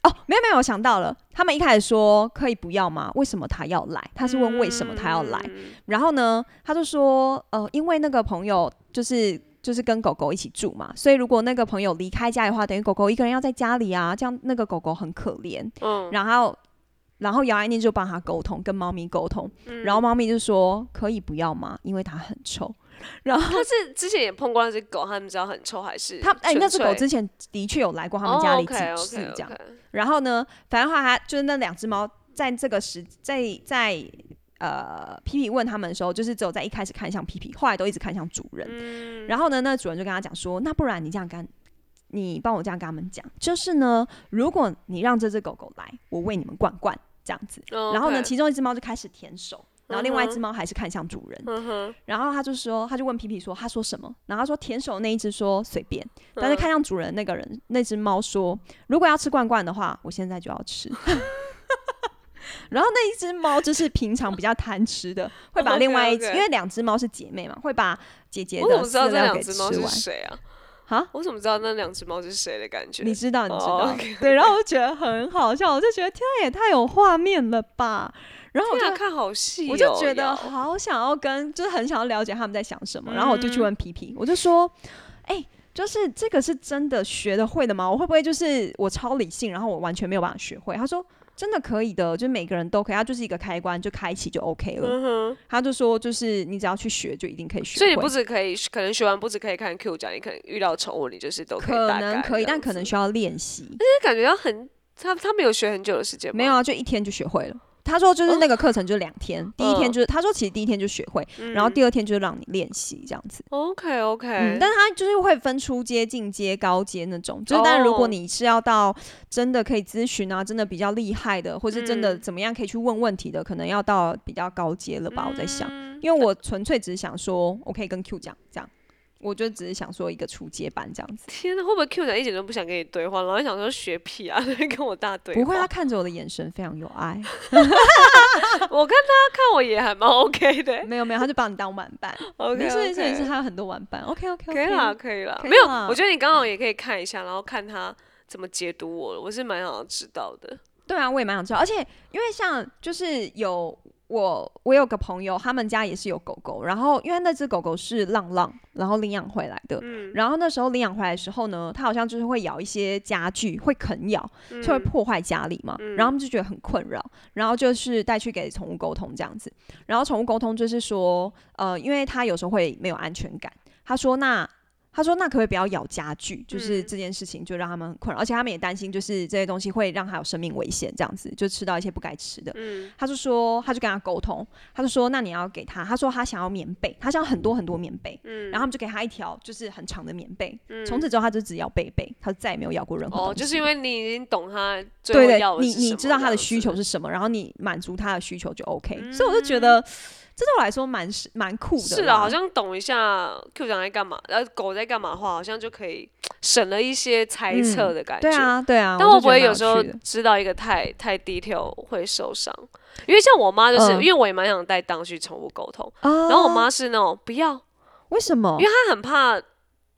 A: 哦，没有没有，我想到了，他们一开始说可以不要吗？为什么他要来？他是问为什么他要来，
B: 嗯
A: 然后呢，他就说，呃，因为那个朋友就是就是跟狗狗一起住嘛，所以如果那个朋友离开家的话，等于狗狗一个人要在家里啊，这样那个狗狗很可怜。
B: 嗯，
A: 然后，然后姚爱念就帮他沟通，跟猫咪沟通，
B: 嗯
A: 然后猫咪就说可以不要吗？因为它很臭。然后
B: 他是之前也碰过那只狗，他们知道很臭还是
A: 他哎、那只狗
B: 纯粹
A: 之前的确有来过他们家里几
B: 哦
A: 次
B: ，OK，OK，OK，
A: 这样。然后呢，反正后来他就是那两只猫在这个时在在呃皮皮问他们的时候，就是只有在一开始看向皮皮，后来都一直看向主人。
B: 嗯，
A: 然后呢，那主人就跟他讲说，那不然你这样跟他。你帮我这样跟他们讲，就是呢，如果你让这只狗狗来，我喂你们罐罐这样子。
B: 嗯哦
A: 然后呢，其中一只猫就开始舔手，然后另外一只猫还是看向主人。
B: 嗯哼，
A: 然后他就说，他就问皮皮说，他说什么？然后他说舔手那一只说随便，
B: 嗯
A: 但是看向主人那个人那只猫说，如果要吃罐罐的话，我现在就要吃。 然后那一只猫就是平常比较贪吃的，会把另外一只
B: OK，OK
A: 因为两只猫是姐妹嘛，会把姐姐
B: 哦
A: 的
B: 我怎么知
A: 饲
B: 道这
A: 料
B: 两
A: 给
B: 只
A: 吃
B: 猫是
A: 完。
B: 谁啊？
A: 哈，
B: 我怎么知道那两只猫是谁的感觉？
A: 你知道，你知道
B: 哦，OK
A: 对。然后我觉得很好笑，我就觉得天啊，也太有画面了吧。然后我就
B: 天啊看好细哦，
A: 我就觉得
B: 要
A: 好想要跟，就是很想要了解他们在想什么，然后我就
B: 嗯
A: 去问皮皮，我就说，哎、就是这个是真的学得会的吗？我会不会就是我超理性，然后我完全没有办法学会？他说真的可以的，就是每个人都可以，它就是一个开关，就开启就 OK 了。
B: 嗯哼。
A: 他就说就是你只要去学，就一定可以学会。
B: 所以你不止可以，可能学完不止可以看 Q 奖，你可能遇到宠物，你就是都以
A: 可
B: 大概
A: 能可以，
B: 这样
A: 但可能
B: 子
A: 需要练习。
B: 但是感觉要很他他没有学很久的时间吗，哦
A: 没有啊，就一天就学会了。他说就是那个课程就两天，第一
B: 嗯
A: 天就是他说其实第一天就学会，然后第二天就是让你练习这样子。
B: OK OK，、
A: 嗯，但它就是会分初阶、进阶、高阶那种。就是，但如
B: 哦
A: 果你是要到真的可以咨询啊，真的比较厉害的，或是真的
B: 嗯
A: 怎么样可以去问问题的，可能要到比较高阶了吧？我在想，
B: 嗯
A: 因为我纯粹只是想说，我可以跟 Q 讲这样，我就只是想说一个初阶班这样子。
B: 天呐，会不会 Q 奖一点都不想跟你对话，然后想说学屁啊， 在跟我大对话？
A: 不会，啊他看着我的眼神非常有爱。
B: 我看他看我也还蛮 OK 的、
A: 没有没有，他就把你当玩 伴。
B: OK，
A: 没事没事没事，
B: OK
A: 他有很多玩伴。OK OK
B: 可以
A: OK，
B: 啦，可以啦，
A: 可以
B: 没有
A: 啦，
B: 我觉得你刚好也可以看一下，然后看他怎么解读我了，我是蛮想要知道的。
A: 对啊，我也蛮想知道，而且因为像就是有我，我有个朋友，他们家也是有狗狗，然后因为那只狗狗是浪浪，然后领养回来的。
B: 嗯，
A: 然后那时候领养回来的时候呢，它好像就是会咬一些家具，会啃咬，
B: 嗯
A: 就会破坏家里嘛。然后他们就觉得很困扰，然后就是带去给宠物沟通这样子。然后宠物沟通就是说，呃，因为它有时候会没有安全感，他说那。他说：“那可不可以不要咬家具？就是
B: 嗯
A: 这件事情就让他们很困扰，而且他们也担心，就是这些东西会让他有生命危险，这样子就吃到一些不该吃的。
B: 嗯
A: 他就说，他就跟他沟通，他就说，那你要给他，他说他想要棉被，他想要很多很多棉被，
B: 嗯，
A: 然后他们就给他一条就是很长的棉被，从此之后他就只咬被被，他再也没有咬过任何
B: 哦，
A: 东西。
B: 就是因为你已经懂他最
A: 对
B: 后
A: 对
B: 要，的
A: 你
B: 是什么
A: 你知道他的需求
B: 这样子，嗯
A: 是什么，然后你满足他的需求就 OK，、所以我就觉得这对我来说蛮是蛮酷的啦。
B: 是啊，好像懂一下 Q 讲在干嘛，然后狗在干嘛的话，好像就可以省了一些猜测的感觉。
A: 嗯对啊对啊，
B: 但
A: 我
B: 会
A: 就
B: 不
A: 觉得
B: 会
A: 蛮
B: 有时候
A: 趣的
B: 知道一个太太 detail 会受伤？因为像我妈就是，
A: 嗯
B: 因为我也蛮想带当去宠物沟通，
A: 啊
B: 然后我妈是那种不要，
A: 为什么？
B: 因为她很怕，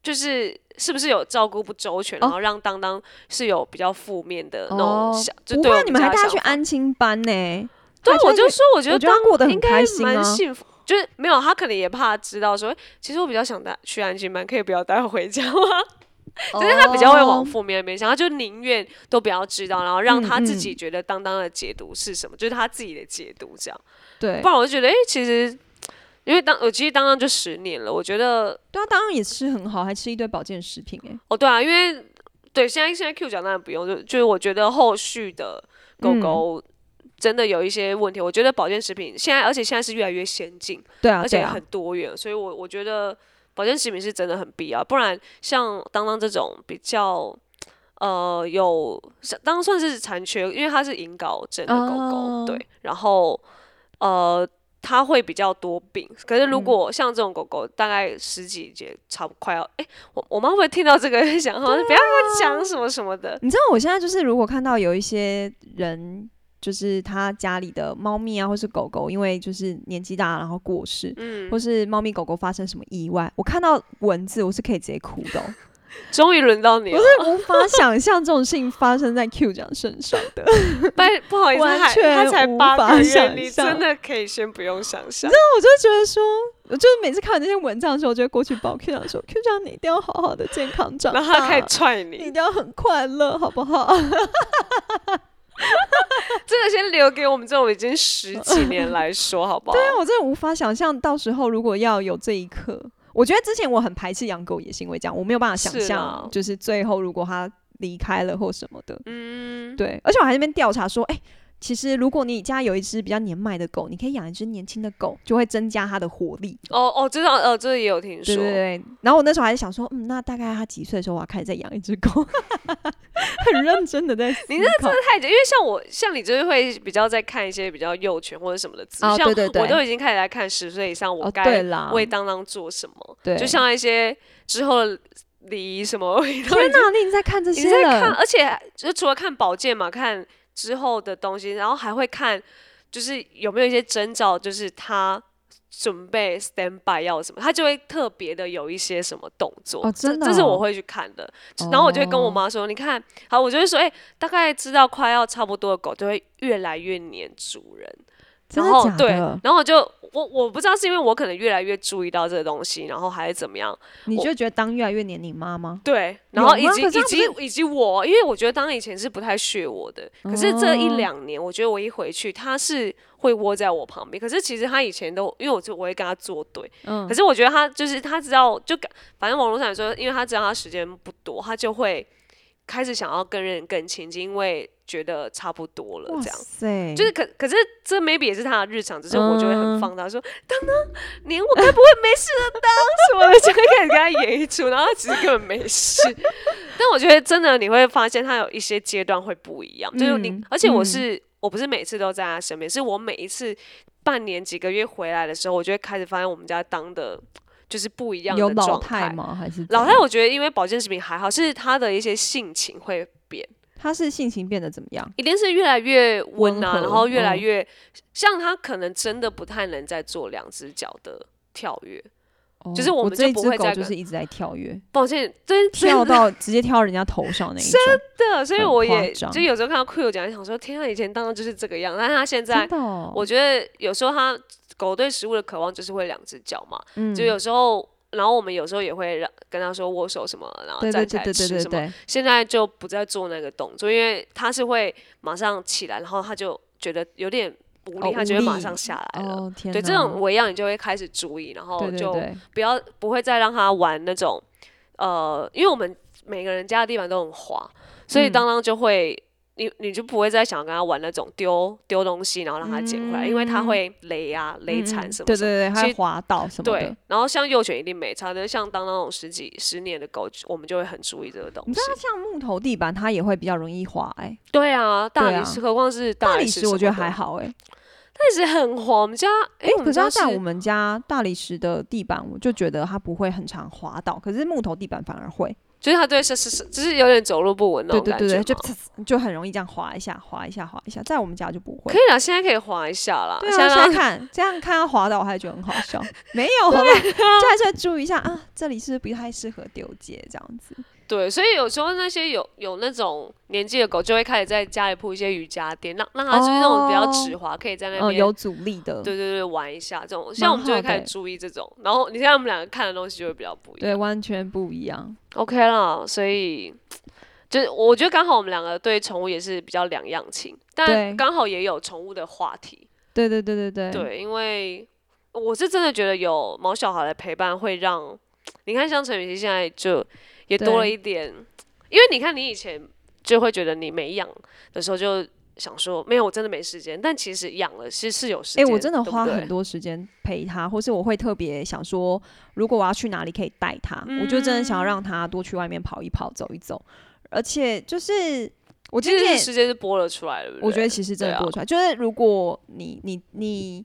B: 就是是不是有照顾不周全，
A: 哦
B: 然后让当当是有比较负面的那种
A: 哦
B: 想，就
A: 不
B: 对我
A: 会，
B: 们
A: 你们
B: 家
A: 还
B: 的
A: 带他
B: 想
A: 去
B: 法
A: 安亲班呢？
B: 对
A: 还，
B: 我
A: 真
B: 就是说，我觉
A: 我
B: 得
A: 觉得他
B: 当
A: 过得很
B: 应该
A: 开心
B: 蛮
A: 啊
B: 幸福。就是没有，他可能也怕知道说，其实我比较想带去安心班，可以不要带我回家吗？
A: 就
B: 就是他比较会往负面那边想，他就宁愿都不要知道，然后让
A: 哦嗯
B: 他自
A: 嗯
B: 己觉得当当的解读是什么，就是他自己的解读这样。
A: 对
B: 不，然我就觉得，哎、其实因为当我其实当当就十年了，我觉得
A: 对啊，当然也吃很好，还吃一堆保健食品哎、
B: 哦，对啊，因为对现在现在 Q 奖当然不用，就就是我觉得后续的狗
A: 嗯
B: 狗真的有一些问题，我觉得保健食品现在而且现在是越来越先进。
A: 对啊，
B: 而
A: 对
B: 且
A: 啊
B: 很，多元，所以我我觉得保健食品是真的很必要，不然像当当这种比较呃有当当算是残缺，因为它是引睾症的狗狗，
A: 哦
B: 对，然后呃它会比较多病，可是
A: 嗯
B: 如果像这种狗狗，大概十几节差不快要，哎、我我妈会不会听到这个 想说
A: 啊
B: 不要跟我讲什么什么的，
A: 你知道我现在就是如果看到有一些人，就是他家里的猫咪啊，或是狗狗，因为就是年纪大然后过世，
B: 嗯
A: 或。是猫咪狗狗发生什么意外，我看到文字我是可以直接哭的哦、
B: 终于轮到你
A: 我
B: 了，
A: 是无 法想象这种事情发生在 Q 酱身上的。
B: 拜不好意思，
A: 完
B: 他还
A: 全
B: 他才
A: 无
B: 八
A: 法
B: 个月，
A: 想
B: 你
A: 象
B: 真的可以先不用想象。
A: 我就会觉得说，我就是每次看完那些文章的时候，我就会过去抱 Q 酱说：“Q 酱，你一定要好好的健康长大，
B: 然后他开始踹
A: 啊你一
B: 你，
A: 定要很快乐，好不好？”
B: 这个先留给我们这种已经十几年来说，好不好？
A: 啊但我真的无法想象，到时候如果要有这一刻，我觉得之前我很排斥养狗也是因为这样，我没有办法想
B: 是
A: 象
B: 啊，
A: 就是最后如果它离开了或什么的。
B: 嗯，
A: 对，而且我还在那边调查说，哎、其实如果你家有一只比较年迈的狗，你可以养一只年轻的狗，就会增加它的活力。
B: 哦哦，这个呃，这个也有听
A: 对
B: 说，
A: 对对，然后我那时候还在想说，嗯，那大概它几岁的时候，我要开始再养一只狗， 很认真的在思
B: 你那
A: 考。
B: 太久，因为像我，像你就是会比较在看一些比较幼犬或者什么的资
A: 哦
B: 料，像
A: 对对对
B: 我都已经开始来看十岁以上，我
A: 哦，对
B: 该
A: 啦，
B: 为当当做什么，
A: 对，
B: 就像一些之后的礼仪什么，我也都
A: 天哪，你已经在看这
B: 你
A: 些
B: 在看，
A: 了，
B: 而且就除了看保健嘛，看之后的东西，然后还会看就是有没有一些征兆，就是他准备 stand by 要什么，他就会特别的有一些什么动作。
A: 哦
B: 这
A: 真的
B: 这是我
A: 哦
B: 会去看的。然后我就会跟我
A: 哦
B: 妈说：“你看，好，我就会说，哎、大概知道快要差不多的狗就会越来越黏主人。”
A: 真
B: 然
A: 的
B: 后
A: 假
B: 对，
A: 的
B: 然？后我就我我不知道是因为我可能越来越注意到这个东西，然后还是怎么样，
A: 你
B: 我
A: 就觉得当越来越黏你妈吗？
B: 对，然
A: 有
B: 后以
A: 吗
B: 及
A: 可是
B: 以
A: 他
B: 及以及我，因为我觉得当以前是不太学我的，可是这一
A: 哦
B: 两年，我觉得我一回去，他是会窝在我旁边。可是其实他以前都，因为我就我会跟他作对，
A: 嗯
B: 可是我觉得他就是他知道，就感反正网络上也说，因为他知道他时间不多，他就会开始想要跟人更亲近，因为觉得差不多了
A: 哇
B: 这样。
A: 塞，
B: 就是可可是这 maybe 也是他的日常，只是我就会
A: 嗯
B: 很放大说，当当连我该不会没事了当 什么的，就会开始跟他演一出，然后他其实根本没事。 但我觉得真的你会发现他有一些阶段会不一样，就是你
A: 嗯，
B: 而且我
A: 嗯
B: 是、我不是每次都在他身边，是我每一次半年几个月回来的时候，我就会开始发现我们家当的就是不一样
A: 有
B: 的
A: 老
B: 状
A: 态
B: 态。
A: 吗？还是
B: 老
A: 太
B: 太，我觉得因为保健食品还好，是他的一些性情会变。
A: 他是性情变得怎么样？
B: 一定是越来越温
A: 温和
B: 啊，然后越来
A: 嗯
B: 越、像他可能真的不太能再做两只脚的跳跃。就是
A: 哦
B: 我
A: 我
B: 们
A: 这
B: 就
A: 一
B: 不
A: 只
B: 会
A: 狗
B: 再
A: 就
B: 跟
A: 是一直在跳跃，
B: 抱歉， 真
A: 跳
B: 真的
A: 到直接跳到人家头上那一种，
B: 真啊的，所以
A: 很
B: 我
A: 夸
B: 也
A: 张
B: 就有时候看到酷友讲，想说天啊，以前当然就是这个样，但是他现在
A: 真的哦，
B: 我觉得有时候他狗对食物的渴望就是会两只脚嘛，
A: 嗯
B: 就有时候。然后我们有时候也会让跟他说握手什么，然后
A: 对对
B: 站起
A: 对
B: 来
A: 对
B: 吃
A: 对
B: 什
A: 对
B: 么。
A: 对，
B: 现在就不再做那个动作，因为他是会马上起来，然后他就觉得有点无力，
A: 哦
B: 他
A: 无
B: 就会马
A: 力
B: 上下来了。
A: 哦天哪，
B: 对这种我一样，你就会开始注意，然后
A: 对对嗯
B: 就
A: 对，
B: 不要不会再让他玩那种，呃，因为我们每个人家的地板都很滑，所以
A: 嗯
B: 当当就会、你你就不会再想跟他玩那种丢丢东西，然后让他捡回来，因为他
A: 嗯
B: 会雷啊、雷
A: 嗯
B: 惨
A: 嗯
B: 什么
A: 对
B: 什么。
A: 对对，
B: 其
A: 还
B: 实
A: 滑倒什么
B: 对
A: 的。，
B: 然后像幼犬一定没差，但是像当当那种十几十年的狗，我们就会很注意这个东
A: 你
B: 西
A: 知。道，像木头地板，它也会比较容易滑。哎，
B: 对啊，大
A: 对啊
B: 理石，何况是
A: 大
B: 理
A: 理石
B: 石什
A: 我觉得
B: 么的
A: 还，好。哎，
B: 大理石很滑。我们家
A: 哎，，
B: 哎我
A: 可
B: 们
A: 是它
B: 家
A: 在我们家大理石的地板，我就觉得它不会很常滑倒，可是木头地板反而会。
B: 就是它对是是是，就是有点走路不稳那
A: 对
B: 种
A: 对
B: 感觉
A: 对
B: 嘛。
A: 对，就呲 就很容易这样滑一下，滑一下，滑一下。在我们家就不会
B: 可。以啦，现在可以滑一下啦。
A: 对啊，
B: 现在
A: 现在
B: 让它
A: 看这样看他滑倒，我还觉得很好笑。没有，好不好？就还是会注意一下啊，这里是不是不太适合丢接这样子。
B: 对，所以有时候那些有有那种年纪的狗，就会开始在家里铺一些瑜伽垫，让让它就是那种比较
A: 哦
B: 直滑，可以在那
A: 嗯，
B: 边。
A: 有阻力的。
B: 对对对，玩一下这种，像我们就会
A: 好的
B: 开始注意这种，然后你像我们两个看的东西就会比较不一样。
A: 对，完全不一样。
B: OK 啦，所以就是我觉得刚好我们两个对宠物也是比较两样情，
A: 对
B: 但刚好也有宠物的话题。
A: 对对对对对。
B: 对，因为我是真的觉得有毛小孩的陪伴会让你看，像陈雨希现在就也多了
A: 对
B: 一点，因为你看你以前就会觉得你没养的时候就想说没有，我真的没时间，但其实养了是是有时
A: 哎、
B: 间，
A: 我真的
B: 对不
A: 花
B: 对
A: 很多时间陪他，或是我会特别想说，如果我要去哪里可以带他，我就真的想要
B: 嗯
A: 让他多去外面跑一跑、走一走。而且就是，我
B: 其
A: 今
B: 实
A: 天
B: 是时间是播了出来，对不对？
A: 我觉得其实真的
B: 对啊
A: 播得出来，就是如果你你你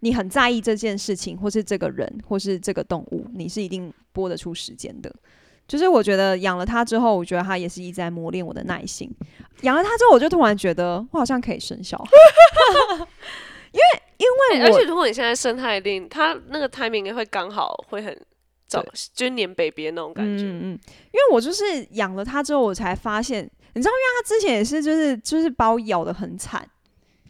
A: 你很在意这件事情，或是这个人，或是这个动物，你是一定播得出时间的。就是我觉得养了它之后，我觉得它也是一直在磨练我的耐心。养了它之后，我就突然觉得我好像可以生小孩，因为因
B: 哎
A: 为
B: 而
A: 我
B: 且如果你现在生态一定，它那个 timing 会刚好会很长就是黏 baby 那种感觉。
A: 嗯嗯，因为我就是养了它之后，我才发现，你知道，因为它之前也是就是就是把我咬得很惨。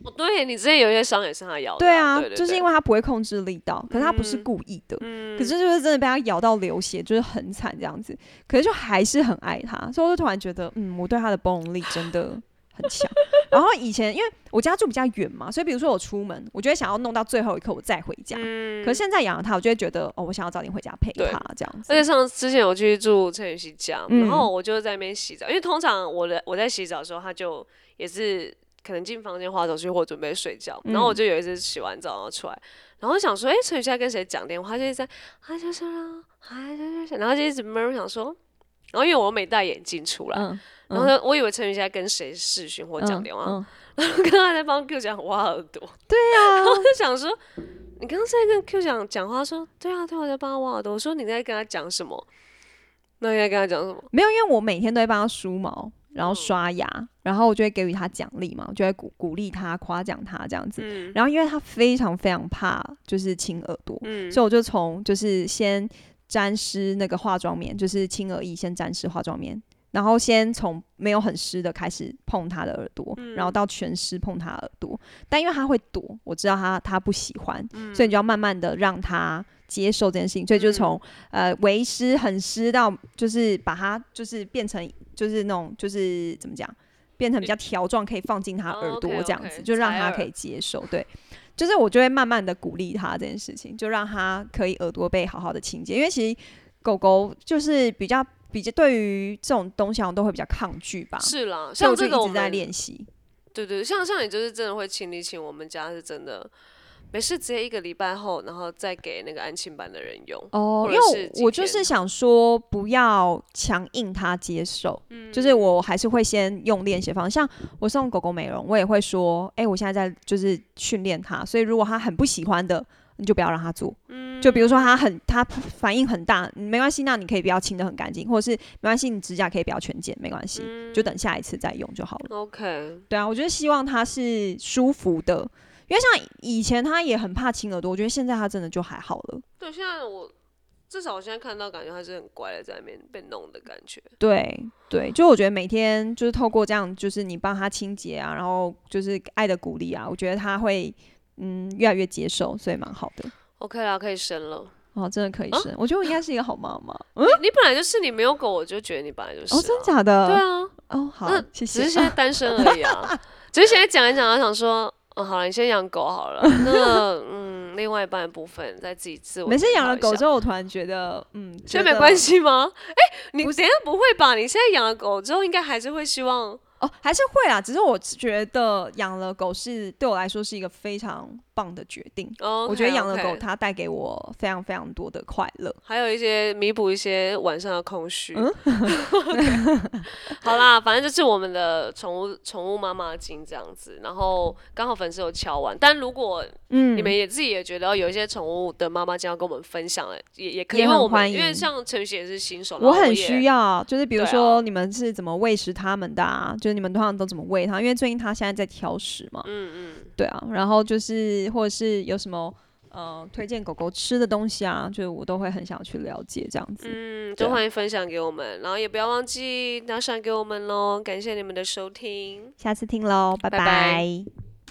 B: 哦，对你之前有一些伤也是它咬的、
A: 对
B: 啊，
A: 啊，
B: 对对
A: 就是因
B: 为
A: 为它不会控制力道，可是它不是故意的。
B: 嗯，
A: 可是就是真的被它咬到流血，就是很惨这样子。可是就还是很爱它，所以我就突然觉得，嗯，我对它的包容力真的很强。 然后以前因为我家住比较远嘛，所以比如说我出门，我就会想要弄到最后一刻我再回家。
B: 嗯
A: 可是现在养了它，我就会觉得，哦，我想要早点回家陪
B: 对
A: 它这样子。
B: 而且上次之前我去住陈雨希家，
A: 嗯
B: 然后我就在那边洗澡，因为通常我的我在洗澡的时候，他就也是可能进房间划手机或准备睡觉，然后
A: 嗯
B: 我就有一次洗完澡然后出来，然后想说，哎、陈雨希在跟谁讲电话？他就一直在啊就是啊啊就是啊，然后就一直没有想说，然后因为我没戴眼镜出来，
A: 嗯，
B: 然后就我以为陈雨希在跟谁视讯或讲电话，
A: 嗯嗯
B: 然后跟他在帮 Q 讲挖耳朵。对
A: 啊
B: 呀、然后我就想说，你刚刚是在跟 Q 讲讲话说，对啊，对啊，我在帮他挖耳朵。我说你在跟他讲什么？那你在跟他讲什么？
A: 没有，因为我每天都会帮他梳毛，然后刷牙，然后我就会给予他奖励嘛，我就会鼓鼓励他、夸奖他这样子。
B: 嗯
A: 然后因为他非常非常怕就是亲耳朵，
B: 嗯，
A: 所以我就从就是先沾湿那个化妆棉，就是轻而易先沾湿化妆棉，然后先从没有很湿的开始碰他的耳朵，然后到全湿碰他耳朵。但因为他会躲，我知道他他不喜欢，所以你就要慢慢的让他接受这件事情。所以就从、呃微湿、很湿到就是把它就是变成就是那种就是怎么讲，变成比较条状，可以放进他耳朵
B: 哦，OK，OK，
A: 这样子，就让
B: 采
A: 他
B: 耳
A: 可以接受。对，就是我就会慢慢的鼓励他这件事情，就让他可以耳朵被好好的清洁，因为其实狗狗就是比较比较对于这种东西好像都会比较抗拒吧，
B: 是啦，
A: 所以
B: 像
A: 我就
B: 这个
A: 一
B: 我
A: 直在
B: 们
A: 练习。
B: 对对，像像你就是真的会亲力亲，我们家是真的。没事，直接一个礼拜后，然后再给那个安亲班的人用。
A: 哦，因
B: 或者
A: 为
B: 是
A: 我
B: 几
A: 我就
B: 天
A: 是想说，不要强硬他接受，
B: 嗯
A: 就是我还是会先用练习方。像我送狗狗美容，我也会说，哎、我现在在就是训练它，所以如果它很不喜欢的，你就不要让它做。就比如说它很它反应很大，嗯没关系，那你可以不要清的很干净，或者是没关系，你指甲可以不要全剪，没关系，就
B: 嗯
A: 等下一次再用就好了。
B: OK，
A: 对啊，我觉得希望它是舒服的，因为像以前它也很怕亲耳朵，我觉得现在它真的就还好了。
B: 对，现在我至少我现在看到，感觉他是很乖的，在那边被弄的感觉。
A: 对对，就我觉得每天就是透过这样，就是你帮他清洁啊，然后就是爱的鼓励啊，我觉得他会嗯越来越接受，所以蛮好的。
B: OK 啦，可以生了。
A: 哦，真的可以
B: 啊
A: 生，我觉得我应该是一个好妈妈。哦，
B: 你你本来就是，你没有狗，我就觉得你本来就是、啊。
A: 真的假的？
B: 对啊，
A: 哦，好
B: 那，
A: 谢
B: 只
A: 谢
B: 是。现在单身而已啊。 只是现在讲一讲，然后想说，嗯，好了，你先养狗好 了。那个，嗯，另外一半的部分再自己自我。
A: 每次养了狗之
B: 后，
A: 后，我突然觉得，嗯，
B: 所
A: 觉
B: 以
A: 得
B: 没关系吗？哎、你等一下不会吧？你现在养了狗之后，应该还是会希望
A: 哦，还是会啊。只是我觉得养了狗是对我来说是一个非常棒的决定。
B: 哦，
A: 我觉得养了狗，
B: 它
A: 它带给我非常非常多的快乐。
B: 还有一些弥补一些晚上的空虚。OK 好啦，反正就是我们的宠物宠物妈妈经这样子，然后刚好粉丝有敲完，但如果
A: 嗯
B: 你们也自己也觉得哦有一些宠物的妈妈经常跟我们分享了，哎也也可以，
A: 也
B: 因
A: 很
B: 为我
A: 欢
B: 们
A: 迎
B: 因为像陈雪也是新手，
A: 我很需
B: 要。
A: 要，就是比如
B: 对啊
A: 说你们是怎么喂食它们的啊？就是你们通常都怎么喂它？因为最近它现在在挑食嘛，
B: 嗯嗯，
A: 对啊。然后就是或者是有什么呃推荐狗狗吃的东西啊，就是我都会很想去了解这样子。
B: 嗯，
A: 对
B: 就
A: 啊
B: 欢迎分享给我们，然后也不要忘记打赏给我们喽，感谢你们的收听。
A: 下次听喽，拜
B: 拜拜
A: 拜